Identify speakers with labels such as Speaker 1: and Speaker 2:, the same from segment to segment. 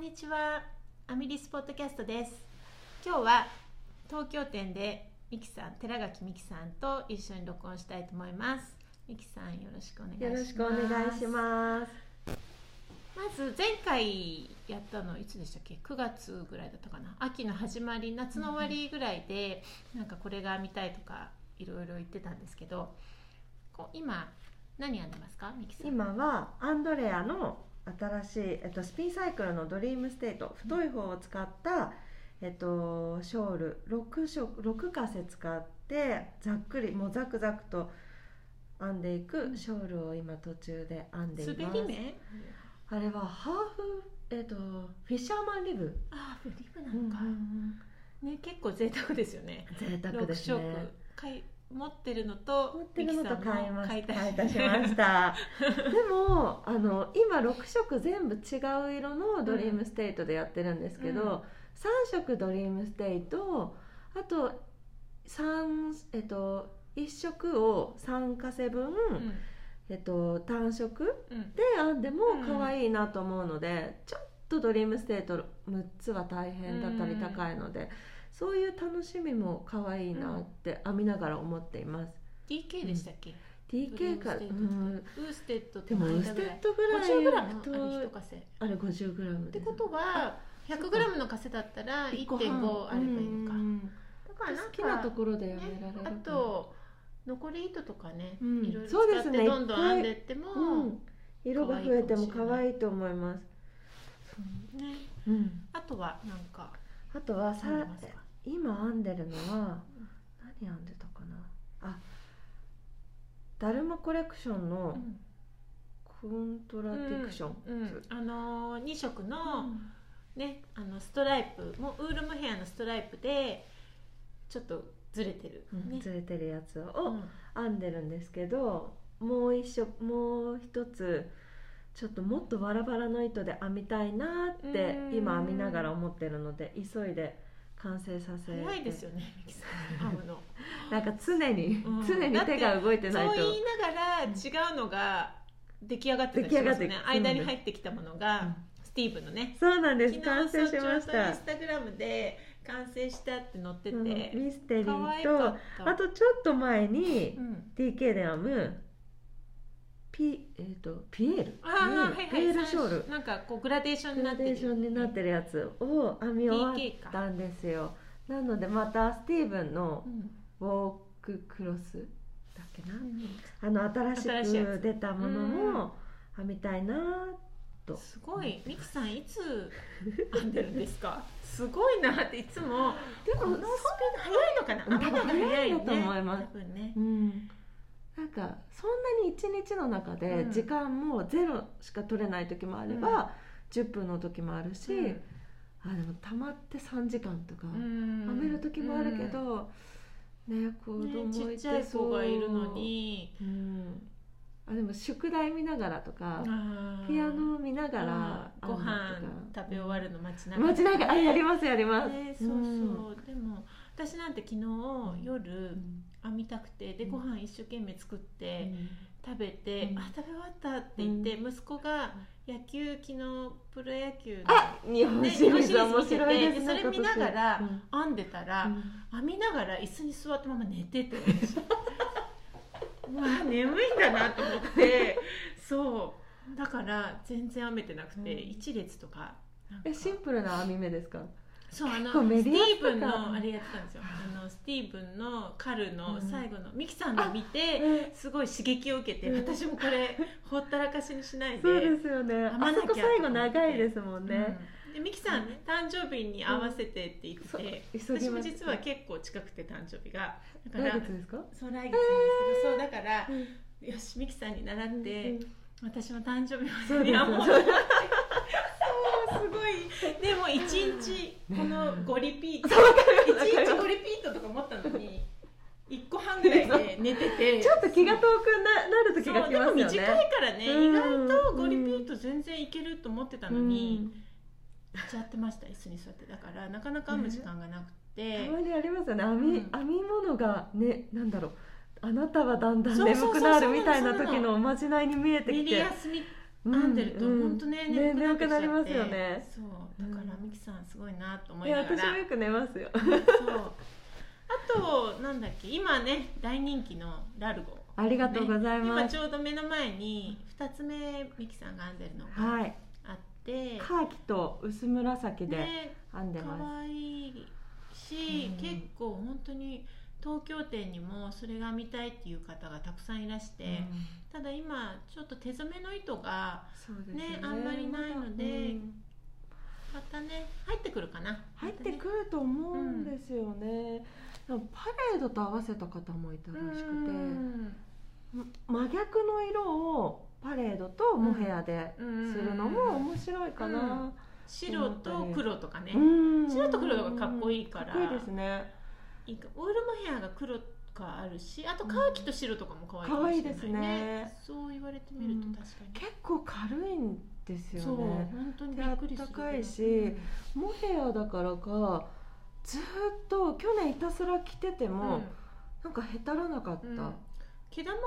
Speaker 1: にちはアミリスポッドキャストです今日は東京店でミキさん寺垣美希さんと一緒に録音したいと思います美希さんよろしくお願いします
Speaker 2: よろしくお願いします。
Speaker 1: まず前回やったのいつでしたっけ9月ぐらいだったかな秋の始まり夏の終わりぐらいで、なんかこれが見たいとかいろいろ言ってたんですけどこう今何やってますかミキさん
Speaker 2: 今はアンドレアの新しい、えっと、スピンサイクルのドリームステート太い方を使った、えっと、ショール 6, 色6カセ使ってざっくりもうザクザクと編んでいくショールを今途中で編んでい
Speaker 1: 滑
Speaker 2: ます
Speaker 1: り目
Speaker 2: あれはハーフ、えっと、フィッシャーマンリブ、
Speaker 1: あーフリブなのか、ね結構贅沢ですよね
Speaker 2: 贅沢
Speaker 1: 六
Speaker 2: ですね
Speaker 1: 色買い持ってるのと
Speaker 2: 持ってるのと買いま
Speaker 1: ミキ
Speaker 2: した
Speaker 1: さんの
Speaker 2: 買い
Speaker 1: 買い
Speaker 2: 足しました たでもあの今6色全部違う色のドリームステイトでやってるんですけど、
Speaker 1: うん
Speaker 2: 3色ドリームステイトあと三えっと1色を3カセ分、
Speaker 1: うん
Speaker 2: えっと、単色
Speaker 1: うん
Speaker 2: で編んでも
Speaker 1: うん
Speaker 2: 可愛いなと思うので、ちょっとドリームステイト6つは大変だったり
Speaker 1: うん
Speaker 2: 高いので、そういう楽しみも可愛いなって編みながら思っています。
Speaker 1: DK でしたっけ、
Speaker 2: TK か、
Speaker 1: ドリームステイトって
Speaker 2: うん、
Speaker 1: ウーステッドと
Speaker 2: でも
Speaker 1: の
Speaker 2: ウ
Speaker 1: 間
Speaker 2: ー
Speaker 1: ぐらい
Speaker 2: ステッドぐ
Speaker 1: 50グラムあ
Speaker 2: らいと
Speaker 1: の一カセっ
Speaker 2: あれ50グラム
Speaker 1: て
Speaker 2: です
Speaker 1: ことは100グラムのカセだったら
Speaker 2: 一個
Speaker 1: 1.5
Speaker 2: 半
Speaker 1: あればいいの
Speaker 2: う
Speaker 1: か
Speaker 2: ん
Speaker 1: だからなんか
Speaker 2: 好きなところでやめられる
Speaker 1: ね
Speaker 2: か
Speaker 1: あ
Speaker 2: ら
Speaker 1: と残り糸とかね、
Speaker 2: うん
Speaker 1: いろいろ
Speaker 2: そうで
Speaker 1: 使
Speaker 2: す
Speaker 1: って
Speaker 2: ね
Speaker 1: どんどん編んでいっても、
Speaker 2: うん、色が増えても可愛いと思います
Speaker 1: ね、
Speaker 2: そううん
Speaker 1: あとはなんか
Speaker 2: あとはさ
Speaker 1: 編んでますか
Speaker 2: 今編んでるのは何編んでたかなあダルマコレクションの
Speaker 1: うん
Speaker 2: コントラディクション、
Speaker 1: うん
Speaker 2: そう
Speaker 1: あのー、2色の,、ね、あのストライプもうウールムヘアのストライプでちょっとずれてる、
Speaker 2: うん
Speaker 1: ね
Speaker 2: ずれてるやつを、
Speaker 1: うん
Speaker 2: 編んでるんですけどもう一色もう一つちょっともっとバラバラの糸で編みたいなっ
Speaker 1: う
Speaker 2: て
Speaker 1: ーん
Speaker 2: 今編みながら思ってるので急いで完成させて
Speaker 1: 早いですよねミキさん編むの。
Speaker 2: なんか常に、
Speaker 1: うん
Speaker 2: 常に手が動いてない
Speaker 1: そう
Speaker 2: と
Speaker 1: 言いながら違うのが出来上がってたりしま
Speaker 2: 出来上が
Speaker 1: すね
Speaker 2: ってくそうなんです
Speaker 1: 間に入ってきたものが、
Speaker 2: うん
Speaker 1: スティーブのね
Speaker 2: そうなんです完
Speaker 1: 昨日
Speaker 2: 成し
Speaker 1: 早
Speaker 2: ま
Speaker 1: 朝
Speaker 2: し
Speaker 1: とイン
Speaker 2: た
Speaker 1: スタグラムで完成したって載って
Speaker 2: うん
Speaker 1: て、
Speaker 2: ミステリ
Speaker 1: 可愛
Speaker 2: ー
Speaker 1: かっ
Speaker 2: と
Speaker 1: た
Speaker 2: あとちょっと前に
Speaker 1: うん
Speaker 2: TK で編むピ,、えー、とピエール
Speaker 1: ああはい
Speaker 2: ピエ
Speaker 1: はい
Speaker 2: ールピエールショール
Speaker 1: なんかこうグラデーション
Speaker 2: グ
Speaker 1: にな
Speaker 2: ラ
Speaker 1: って
Speaker 2: デ
Speaker 1: る
Speaker 2: ーションになってるやつを編み終わったんですよなのでまたスティーブンの
Speaker 1: うん
Speaker 2: ウォーククロスだっけな
Speaker 1: う
Speaker 2: あの新
Speaker 1: 新
Speaker 2: し
Speaker 1: しいや
Speaker 2: く
Speaker 1: つ
Speaker 2: 出たものも編みたいなと
Speaker 1: ん、すごいミキさんいつ編んでるんですかすごいなっていつも
Speaker 2: で
Speaker 1: このスピード早いのかな
Speaker 2: うん
Speaker 1: 編むのが早いよね
Speaker 2: 多分早いんだと思います
Speaker 1: 多分ね
Speaker 2: うんなんかそんなに1日の中で
Speaker 1: うん
Speaker 2: 時間もゼロしか取れない時もあれば、10分の時もあるし、あでもたまって3時間とか、
Speaker 1: うん
Speaker 2: 編める時もあるけど、ね子
Speaker 1: うんね
Speaker 2: 供いてそう
Speaker 1: ちっちゃい子がいるのに
Speaker 2: うん、あでも宿題見ながらとか、
Speaker 1: あー
Speaker 2: ピアノを見ながら、
Speaker 1: うんご飯食べ終わ
Speaker 2: る
Speaker 1: るの待ちながら
Speaker 2: 待ちながらあやりますやります、
Speaker 1: ねそうそう、
Speaker 2: うん
Speaker 1: でも私なんて昨日
Speaker 2: う
Speaker 1: 夜
Speaker 2: ん
Speaker 1: 編みたくてで
Speaker 2: うん
Speaker 1: ご飯一生懸命作って
Speaker 2: う
Speaker 1: 食べて、
Speaker 2: うん
Speaker 1: あ食べ終わったって言って、息子が野球昨日プロ野球の
Speaker 2: ん日本
Speaker 1: ね
Speaker 2: シリーズ面
Speaker 1: 日本
Speaker 2: 白
Speaker 1: シリ
Speaker 2: い
Speaker 1: ーズ
Speaker 2: で
Speaker 1: 見てて
Speaker 2: す
Speaker 1: で
Speaker 2: ね
Speaker 1: それ見ながら
Speaker 2: 今年
Speaker 1: 編んでたら、
Speaker 2: うん
Speaker 1: 編みながら椅子に座ったまま寝て てうわ眠いんだなと思ってそうだから全然編めてなくて、
Speaker 2: うん
Speaker 1: 一列とかなんか
Speaker 2: えシンプルな編み目ですか
Speaker 1: そうあの
Speaker 2: 結構メ
Speaker 1: ス
Speaker 2: デ
Speaker 1: テ
Speaker 2: ィ
Speaker 1: ィ
Speaker 2: ア
Speaker 1: ー
Speaker 2: とか
Speaker 1: ブンのあれやってたんですよあのスティーブンのカルの最後の、ミキさんの見て
Speaker 2: え
Speaker 1: すごい刺激を受けて、
Speaker 2: うん
Speaker 1: 私もこれほったらかしにしないで
Speaker 2: そうですよね
Speaker 1: 編まな
Speaker 2: あ
Speaker 1: きゃ
Speaker 2: そこ最後長いですもんね、
Speaker 1: うんでミキさん、
Speaker 2: うん
Speaker 1: 誕生日に合わせてって言って、
Speaker 2: そう急
Speaker 1: 私
Speaker 2: ぎ
Speaker 1: も
Speaker 2: ます
Speaker 1: 実は結構近くて誕生日がだか
Speaker 2: 来
Speaker 1: ら
Speaker 2: 月ですか
Speaker 1: そう来月なんですけど、そうだからよしミキさんに習って、
Speaker 2: うん
Speaker 1: 私の誕生日
Speaker 2: そう
Speaker 1: まです
Speaker 2: で
Speaker 1: には
Speaker 2: よね
Speaker 1: もうそうすごいでも一日この5リピー ト一
Speaker 2: わかる
Speaker 1: 日5リピートとか思ったのに1個半ぐらいで寝てて
Speaker 2: ちょっと気が遠くななる時がきますよね
Speaker 1: そうでも短いからね、
Speaker 2: うん
Speaker 1: 意外と5リピート全然いけると思ってたのに、やっちゃってました椅子に座ってだからなかなか編む時間がなく
Speaker 2: う
Speaker 1: て
Speaker 2: ん、たまにありますよね編み,、
Speaker 1: うん
Speaker 2: 編み物がねなんだろうあなたはだんだん
Speaker 1: そうそう
Speaker 2: 眠
Speaker 1: そう
Speaker 2: くなる
Speaker 1: そうなの
Speaker 2: みたいな
Speaker 1: そうなの
Speaker 2: 時のおまじないに見えて
Speaker 1: メ
Speaker 2: き
Speaker 1: リ
Speaker 2: て
Speaker 1: ヤスみ編んでると
Speaker 2: うん
Speaker 1: 本当ね
Speaker 2: うん
Speaker 1: 眠くなってきちゃって
Speaker 2: ね眠くなりますよね
Speaker 1: そうだか
Speaker 2: う
Speaker 1: ら美
Speaker 2: ん
Speaker 1: 樹さんすごいなと思
Speaker 2: い
Speaker 1: い
Speaker 2: や
Speaker 1: ながら
Speaker 2: 私もよく寝ますよ
Speaker 1: そ うあとなんだっけ今ね大人気のラルゴ
Speaker 2: ありがとうござい
Speaker 1: 今
Speaker 2: ます、
Speaker 1: ちょうど目の前に2つ目美樹さんが編んでるのが
Speaker 2: はい
Speaker 1: あって、
Speaker 2: カーキと薄紫で
Speaker 1: ね
Speaker 2: 編んでます、
Speaker 1: 可愛いし、
Speaker 2: うん
Speaker 1: 結構本当に東京店にもそれが見たいっていう方がたくさんいらして、
Speaker 2: うん
Speaker 1: ただ今ちょっと手染めの糸が
Speaker 2: そうですよね
Speaker 1: ねあんまりないので
Speaker 2: うん
Speaker 1: またね入ってくるかな
Speaker 2: 入って
Speaker 1: またね
Speaker 2: くると思うんですよね、でもパレードと合わせた方もいたらしくて
Speaker 1: うん
Speaker 2: 真逆の色をパレードとモヘアです
Speaker 1: うん
Speaker 2: るのも面白いかな、
Speaker 1: 白と黒とかね、
Speaker 2: うん
Speaker 1: 白と黒がかっこいいから
Speaker 2: かっこいいですね
Speaker 1: いいかオイルモヘアが黒があるしあとカーキと白とかも可愛いか
Speaker 2: 可
Speaker 1: も
Speaker 2: 愛い
Speaker 1: しれ
Speaker 2: で
Speaker 1: な
Speaker 2: す
Speaker 1: い
Speaker 2: ね
Speaker 1: ね,、そう言われてみると確かに、
Speaker 2: 結構軽いんですよ
Speaker 1: そう
Speaker 2: ね
Speaker 1: 本当にびっくりする
Speaker 2: で
Speaker 1: ぐ
Speaker 2: 暖
Speaker 1: ら
Speaker 2: かいし
Speaker 1: うん
Speaker 2: モヘアだからかずーっと去年ひたすら着てても、
Speaker 1: うん
Speaker 2: なんかへたらなかった、
Speaker 1: うん毛玉は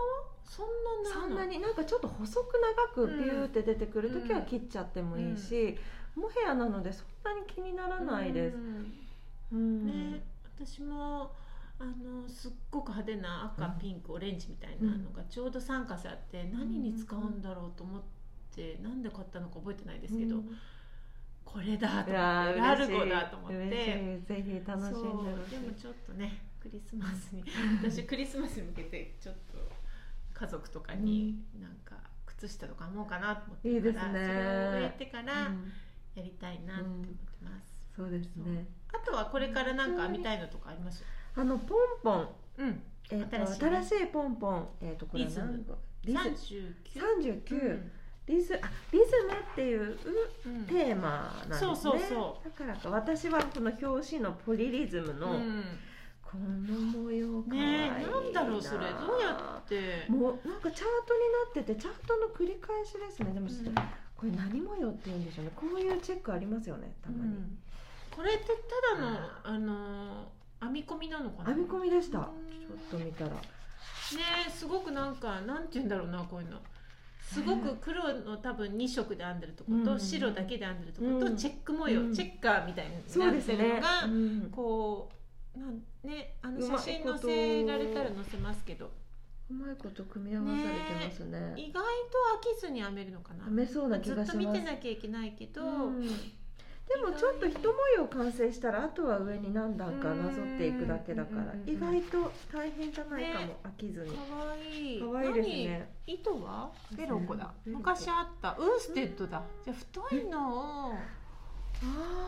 Speaker 1: そんなに
Speaker 2: そ
Speaker 1: な
Speaker 2: ん
Speaker 1: ら
Speaker 2: な
Speaker 1: い
Speaker 2: になんかちょっと細く長くピューって出てくる時は
Speaker 1: うん
Speaker 2: 切っちゃってもいいし、モヘアなのでそんなに気にならないです
Speaker 1: う、ん
Speaker 2: うん
Speaker 1: ね私もあのすっごく派手な赤、
Speaker 2: うん
Speaker 1: ピンクオレンジみたいなのがちょうど3か所あって何に使うんだろうと思ってなんで買ったのか覚えてないですけど、
Speaker 2: うん
Speaker 1: これだと
Speaker 2: い
Speaker 1: 思
Speaker 2: や
Speaker 1: って
Speaker 2: ー
Speaker 1: ラ
Speaker 2: 嬉
Speaker 1: ル
Speaker 2: しい
Speaker 1: ゴだと思って。
Speaker 2: 嬉しいぜひ楽しんで
Speaker 1: そう
Speaker 2: ほし
Speaker 1: で
Speaker 2: い
Speaker 1: もちょっとねクリスマスに 私クリスマスに向けてちょっと家族とかになんか靴下とかもうかなと思ってるから
Speaker 2: いいですね
Speaker 1: それを終えてから
Speaker 2: う
Speaker 1: や
Speaker 2: ん
Speaker 1: りたいなって思ってます、
Speaker 2: そうですね
Speaker 1: あとはこれからなんか見たいのとかあります
Speaker 2: あのポンポン、
Speaker 1: うん
Speaker 2: えーと
Speaker 1: 新
Speaker 2: 新
Speaker 1: し
Speaker 2: し
Speaker 1: いね
Speaker 2: いポンポン、えー、とこれ
Speaker 1: リズム
Speaker 2: 何個リズ
Speaker 1: 39
Speaker 2: 39、
Speaker 1: うん
Speaker 2: リズあリズムっていうう
Speaker 1: うん
Speaker 2: テーマなんですね、
Speaker 1: そうそうそ
Speaker 2: だからか私はこの表紙のポリリズム
Speaker 1: う
Speaker 2: の、
Speaker 1: ん
Speaker 2: この模様かわいいな、
Speaker 1: ねえなんだろうそれどうやって
Speaker 2: もうなんかチャートになっててチャートの繰り返しですねでも、
Speaker 1: うん
Speaker 2: これ何模様って言うんでしょうねこういうチェックありますよねたま
Speaker 1: う
Speaker 2: に、
Speaker 1: んこれってただのあの編み込みなのかな
Speaker 2: 編み込みでした、
Speaker 1: うん
Speaker 2: ちょっと見たら
Speaker 1: ねえすごくなんかなんて言うんだろうなこういうのすごく黒の多分2色で編んでるとこ
Speaker 2: うんうんう
Speaker 1: と
Speaker 2: ん
Speaker 1: 白だけで編んでるとこと
Speaker 2: うん
Speaker 1: チェック模様、
Speaker 2: うん
Speaker 1: チェッカーみたいに
Speaker 2: そう
Speaker 1: なっ
Speaker 2: です
Speaker 1: てるの
Speaker 2: ね
Speaker 1: が、、
Speaker 2: うん
Speaker 1: こうなんねあの
Speaker 2: うまいこと
Speaker 1: 写真載せられたら載せますけど
Speaker 2: うまいこと組み合わされてますね
Speaker 1: 意外と飽きずに編めるのかな
Speaker 2: 編めそうな気
Speaker 1: ずっ
Speaker 2: がします
Speaker 1: と見てなきゃいけないけど、
Speaker 2: うんでもちょっと一模様完成したらあとは上に何段かなぞっていくだけだから
Speaker 1: うん
Speaker 2: 意外と大変じゃないかも、
Speaker 1: ね
Speaker 2: 飽きずに
Speaker 1: かわいい
Speaker 2: 可愛いですね
Speaker 1: 何糸はベロコだ
Speaker 2: ベロコ
Speaker 1: 昔あったウーステッドだじゃあ太いのを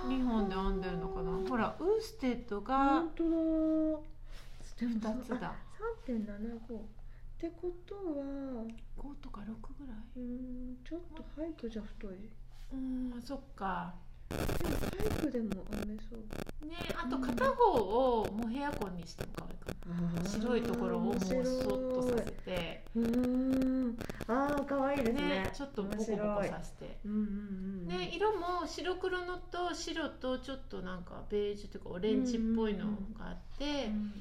Speaker 1: 日本で編んでるのかなほらウーステッドが
Speaker 2: 本当だ
Speaker 1: 2
Speaker 2: 2
Speaker 1: つだ
Speaker 2: 3.75ってことは
Speaker 1: 5とか6ぐらいう
Speaker 2: ーんちょっとハイクじゃ太いう
Speaker 1: ーんそっか
Speaker 2: でもハイクでも編めそう
Speaker 1: ねあと片方をモヘアコンにしても可愛いか
Speaker 2: あ
Speaker 1: も
Speaker 2: ー
Speaker 1: 白いところをもうそっとさ
Speaker 2: 面白い
Speaker 1: せて
Speaker 2: うーんあー可愛いですね
Speaker 1: ねちょっとボコボコさせて
Speaker 2: うんうんうん
Speaker 1: ね色も白黒のと白とちょっとなんかベージュというかオレンジっぽいのがあって、
Speaker 2: うん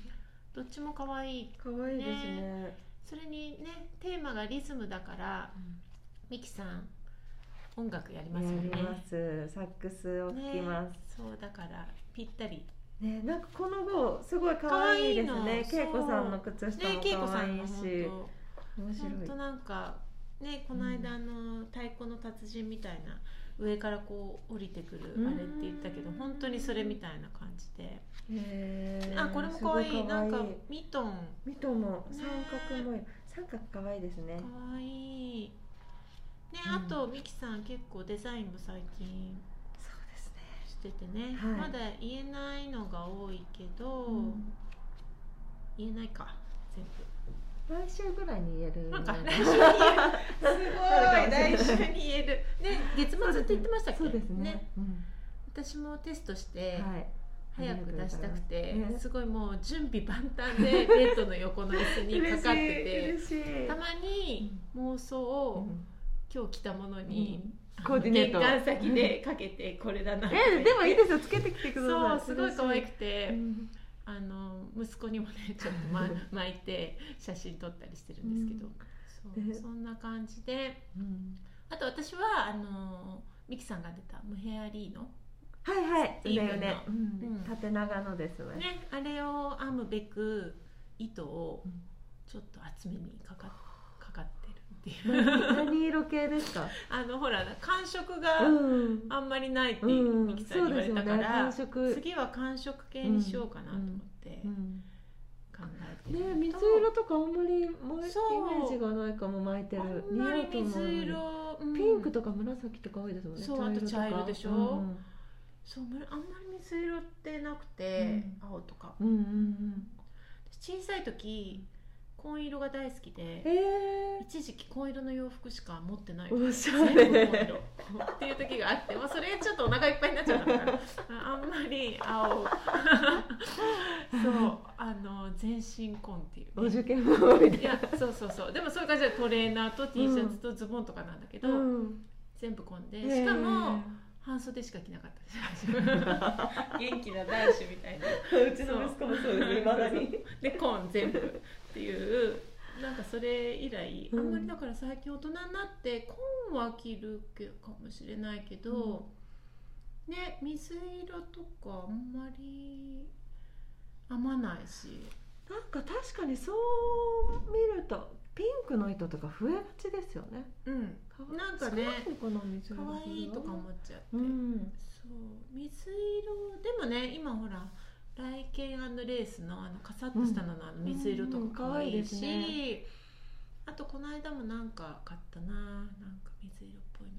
Speaker 1: どっちも可愛い
Speaker 2: 可愛いですね
Speaker 1: それにねテーマがリズムだからミキさん音楽やりますよ
Speaker 2: や
Speaker 1: ね
Speaker 2: りますサックスを吹きます、
Speaker 1: そうだからぴったり
Speaker 2: ねなんかこの後すごい可愛いです
Speaker 1: 可愛い
Speaker 2: ね
Speaker 1: の
Speaker 2: 恵子さんの靴
Speaker 1: ね恵
Speaker 2: 下
Speaker 1: 子
Speaker 2: も可
Speaker 1: さん
Speaker 2: 愛
Speaker 1: の
Speaker 2: い
Speaker 1: 本
Speaker 2: し、面
Speaker 1: 当
Speaker 2: 白い
Speaker 1: 本当なんかねこの間あの「太鼓の達人」みたいな上からこう降りてくる
Speaker 2: うん
Speaker 1: あれって言ったけど本当にそれみたいな感じで
Speaker 2: へー
Speaker 1: あこれも可愛い
Speaker 2: すご
Speaker 1: なんかミトン
Speaker 2: ミトも
Speaker 1: ね
Speaker 2: 三角模様、三角可愛いですね
Speaker 1: 可愛いね
Speaker 2: うん
Speaker 1: あとミキさん結構デザインも最近
Speaker 2: そうですね
Speaker 1: しててね、
Speaker 2: は
Speaker 1: ま
Speaker 2: い
Speaker 1: だ言えないのが多いけど、
Speaker 2: うん
Speaker 1: 言えないか全部
Speaker 2: 来週ぐらいに言える
Speaker 1: なん
Speaker 2: よ
Speaker 1: か
Speaker 2: うに
Speaker 1: 来週に言える
Speaker 2: る
Speaker 1: すごい来週に言えるね月末って言ってましたっけ
Speaker 2: そうですねうん
Speaker 1: 私もテストして
Speaker 2: はい
Speaker 1: 早く出したくて、
Speaker 2: ね
Speaker 1: すごいもう準備万端で ベッドの横の椅子にかかってて
Speaker 2: 嬉しい嬉しい
Speaker 1: たまに妄想
Speaker 2: う
Speaker 1: を
Speaker 2: ん
Speaker 1: 今日着たものに、
Speaker 2: うんコーディネート
Speaker 1: 玄関先でかけてこれだな
Speaker 2: えでもいいですよつけてきてくだ
Speaker 1: そ
Speaker 2: さ
Speaker 1: う
Speaker 2: い
Speaker 1: すごい可愛くて、
Speaker 2: うん
Speaker 1: あの息子にもねちょっと、ま、巻いて写真撮ったりしてるんですけど、
Speaker 2: うん
Speaker 1: そう
Speaker 2: ね
Speaker 1: そんな感じで
Speaker 2: うん
Speaker 1: あと私はあのミキさんが出た「ムヘアリーノ
Speaker 2: はいはい
Speaker 1: いいうよ
Speaker 2: ね
Speaker 1: な
Speaker 2: うね、う
Speaker 1: うん
Speaker 2: ん、縦長のです」ね
Speaker 1: ねあれを編むべく糸をちょっと厚めにかかかかってるっていう
Speaker 2: 何色系ですか、
Speaker 1: あのほら感触
Speaker 2: う
Speaker 1: が
Speaker 2: ん、
Speaker 1: あんまりないって
Speaker 2: うん
Speaker 1: ミキさんに言われたから、
Speaker 2: そうです
Speaker 1: 次
Speaker 2: よね寒色
Speaker 1: は寒色系にしようかなと思って
Speaker 2: うん
Speaker 1: 考えて
Speaker 2: ね
Speaker 1: る、
Speaker 2: 水色とかあんまりもうイメ
Speaker 1: そう
Speaker 2: ージがないかも巻いてる
Speaker 1: あん
Speaker 2: 似
Speaker 1: ま
Speaker 2: 合
Speaker 1: り
Speaker 2: うと思う
Speaker 1: 水色、うん
Speaker 2: ピンクとか紫とか多いですもんね
Speaker 1: そう
Speaker 2: とか
Speaker 1: あと茶色でしょ
Speaker 2: うん
Speaker 1: そうむあんまり水色ってなくて、青とか
Speaker 2: うんうんうん
Speaker 1: 小さい時紺色が大好きで
Speaker 2: え
Speaker 1: 一時期紺色の洋服しか持ってない
Speaker 2: ー、おしゃ
Speaker 1: 全部紺
Speaker 2: れ
Speaker 1: 色っていう時があって、まあ、それちょっとお腹いっぱいになっちゃったからあんまり 青そうあの全身紺っていう
Speaker 2: お
Speaker 1: ね、
Speaker 2: 受験も多い
Speaker 1: い
Speaker 2: で
Speaker 1: やそうそうそうでもそういう感じでトレーナーと T シャツとズボンとかなんだけど、
Speaker 2: うん
Speaker 1: 全部紺でしかも半袖しか着なか ったです 元気な男子みたいな
Speaker 2: え ーうちの息子もそうですいまだに
Speaker 1: でコーン全部っていうなんかそれ以来あ
Speaker 2: うん
Speaker 1: んまりだから最近大人になってコーンは着るけかもしれないけど、ね水色とかあんまり編まないし
Speaker 2: なんか確かにそう見るとピンクの糸とか増えがちですよね
Speaker 1: うんなんかね
Speaker 2: 少いこの水色
Speaker 1: 可愛いとか思っちゃって、
Speaker 2: うん
Speaker 1: そう水色でもね今ほらライケンレースのあのカサッとしたののあの水色と
Speaker 2: うん
Speaker 1: か可愛いし、
Speaker 2: 可愛い
Speaker 1: あとこの間もなんか買ったななんか水色っぽいの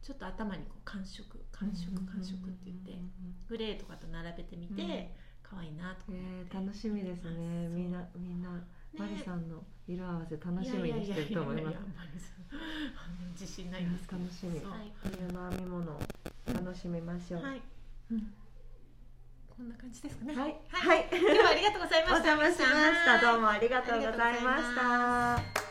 Speaker 1: ちょっと頭にこう感触感触感触って言って
Speaker 2: うん
Speaker 1: グレーとかと並べてみて、
Speaker 2: うん
Speaker 1: 可愛いなとか
Speaker 2: うんうん
Speaker 1: 思っ
Speaker 2: ねえ
Speaker 1: て、
Speaker 2: 楽しみですね
Speaker 1: そう
Speaker 2: みんなみんな
Speaker 1: え
Speaker 2: マリさんの色合わせ楽しみにしてると思いま
Speaker 1: や
Speaker 2: す
Speaker 1: やややマリさん あの自信ないんですけど
Speaker 2: 楽しみ
Speaker 1: そうはい
Speaker 2: 冬の編み物を楽しみましょう
Speaker 1: はい
Speaker 2: うん
Speaker 1: こんな感じですかね
Speaker 2: はい
Speaker 1: はい、今日はありがとうござい
Speaker 2: お
Speaker 1: ました
Speaker 2: 邪魔しましたどうもありがとうござい
Speaker 1: ありがとうご
Speaker 2: ま
Speaker 1: ざい
Speaker 2: した